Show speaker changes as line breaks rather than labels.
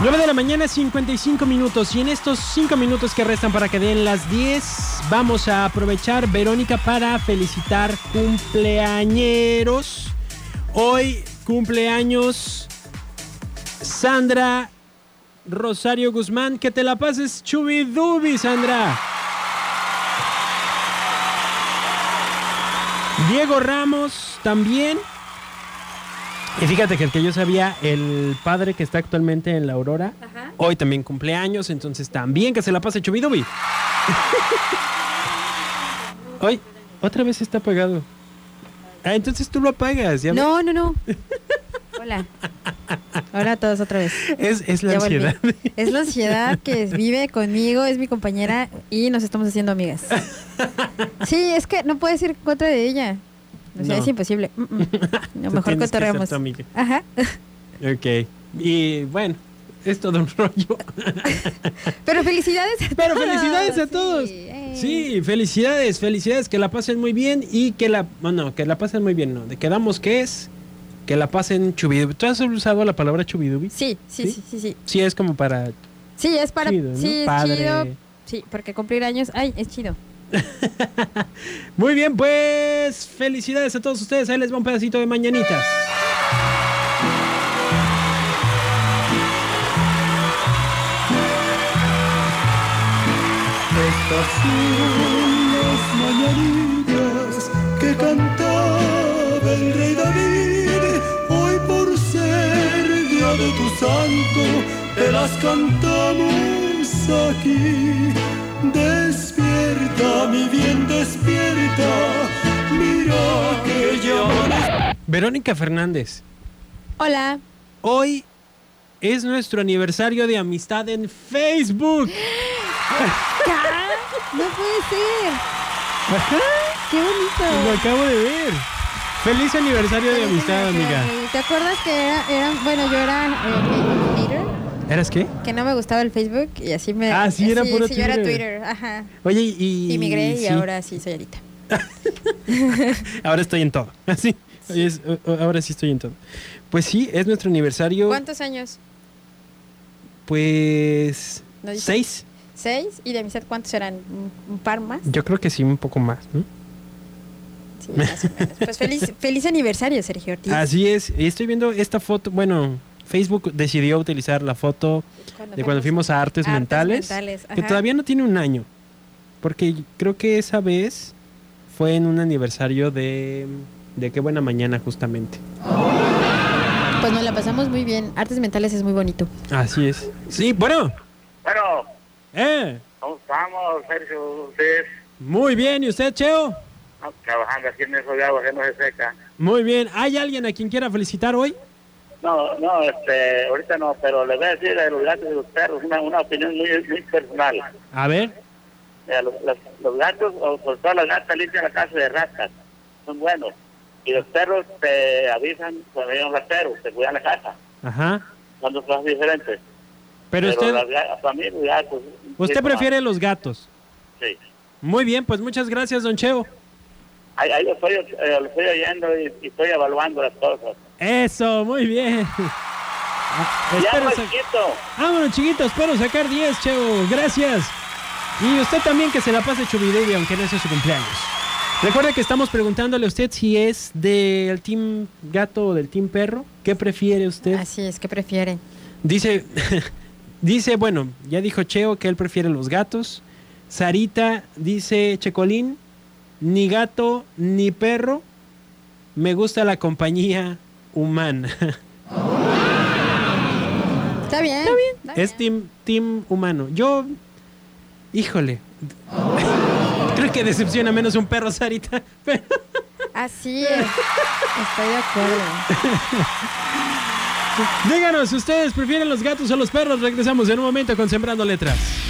9 de la mañana, 55 minutos. Y en estos 5 minutos que restan para que den las 10, vamos a aprovechar, Verónica, para felicitar cumpleañeros. Hoy cumpleaños Sandra Rosario Guzmán. Que te la pases chubidubi, Sandra. Diego Ramos también. Y fíjate que el que yo sabía, el padre que está actualmente en la Aurora,
Ajá.
hoy también cumpleaños, entonces también que se la pase Chubidubi. hoy, otra vez está apagado. Ah, entonces tú lo apagas, ya
No, no, no. Hola. Hola a todos otra vez.
es, es la
Ya volví.
ansiedad.
Es la ansiedad que vive conmigo, es mi compañera y nos estamos haciendo amigas. Sí, es que no puedes ir en contra de ella. O sea,
No.
es imposible. Mm, mm. No,
Tú
mejor
tienes que ser
cotorreamos.
tu amiga.
Ajá.
Ok. Y bueno, es todo un rollo.
Pero felicidades a
Pero
todos.
felicidades a
Ah, Sí,
todos.
eh.
Sí, felicidades, felicidades, que la pasen muy bien y que la, bueno, que la pasen muy bien, no, de quedamos que es, que la pasen chubidubi. ¿Tú has usado la palabra chubidubi?
Sí, sí,
¿Sí?
sí, sí, sí.
Sí, es como para
Sí, es para
Chido, ¿no?
sí, es
Padre.
chido. Sí, porque cumplir años, ay, es chido.
Muy bien, pues felicidades a todos ustedes. Ahí les va un pedacito de mañanitas.
Estas son las mañanitas que cantaba el rey David. Hoy por ser día de tu santo, te las cantamos aquí. Despierta, mi bien, despierta. Mira que llaman.
Verónica Fernández,
Hola.
hoy es nuestro aniversario de amistad en Facebook.
¡Ca! ¡Ah! No puede ser. Qué bonito.
Lo acabo de ver. Feliz aniversario de
Feliz
amistad,
aniversario,
amiga.
David. ¿Te acuerdas que era, era- bueno, yo era eh, Facebook hater,
¿Eras qué?
que no me gustaba el Facebook y así me...
Ah, sí, era
sí,
puro
sí, yo era
Twitter.
Twitter, ajá.
Oye, y.
Y migré
sí,
y ahora sí soy ahorita.
Ahora estoy en todo. Así. Oye, es- o- o- ahora sí estoy en todo. Pues sí, es nuestro aniversario.
¿Cuántos años?
Pues.
No dije.
seis.
¿Seis? ¿Y de amistad cuántos eran? ¿Un, un par más?
Yo creo que sí, un poco más, ¿no?
Sí, más o menos. Pues feliz, feliz aniversario, Sergio Ortiz.
Así es, y estoy viendo esta foto, bueno, Facebook decidió utilizar la foto de cuando fuimos a Artes,
Artes
Mentales,
Mentales,
que
ajá.
todavía no tiene un año, porque creo que esa vez fue en un aniversario de, de Qué Buena Mañana justamente.
Pues nos la pasamos muy bien. Artes Mentales es muy bonito.
Así es. Sí, bueno,
Bueno,
eh,
¿cómo estamos, Sergio? Ustedes
muy bien, ¿y usted, Cheo?
¿no? trabajando aquí en eso de agua que no se seca.
Muy bien, ¿hay alguien a quien quiera felicitar hoy?
No, no, este, ahorita no, pero les voy a decir a los gatos y los perros una, una opinión muy, muy personal.
A ver,
Mira, los, los- los gatos, o sobre todo las gatas, limpian la casa de ratas. Son buenos. Y los perros te avisan cuando hay un ratero, te cuidan la casa.
ajá,
Son dos cosas diferentes.
pero usted,
las ga- para mí los gatos...
usted
sí,
prefiere los gatos.
Sí.
Muy bien, pues muchas gracias, don Cheo.
Ahí, ahí lo, estoy, eh, lo estoy oyendo y- y estoy evaluando las cosas.
Eso, muy bien. Ah,
Ya,
espero sa-
Marquito.
Vámonos, chiquitos, espero sacar 10, Cheo. Gracias. Y usted también que se la pase chubidubi, aunque no sea su cumpleaños. Recuerde que estamos preguntándole a usted si es del team gato o del team perro. ¿Qué prefiere usted?
Así es, ¿qué prefieren?
Dice, dice, bueno, ya dijo Cheo que él prefiere los gatos. Sarita dice, Checolín, ni gato ni perro, me gusta la compañía humana.
Está bien. Está bien.
Es team, team humano. Yo, híjole, creo que decepciona menos un perro, Sarita. pero-
Así es. Estoy de acuerdo.
Díganos, ¿ustedes prefieren los gatos o los perros? Regresamos en un momento con Sembrando Letras.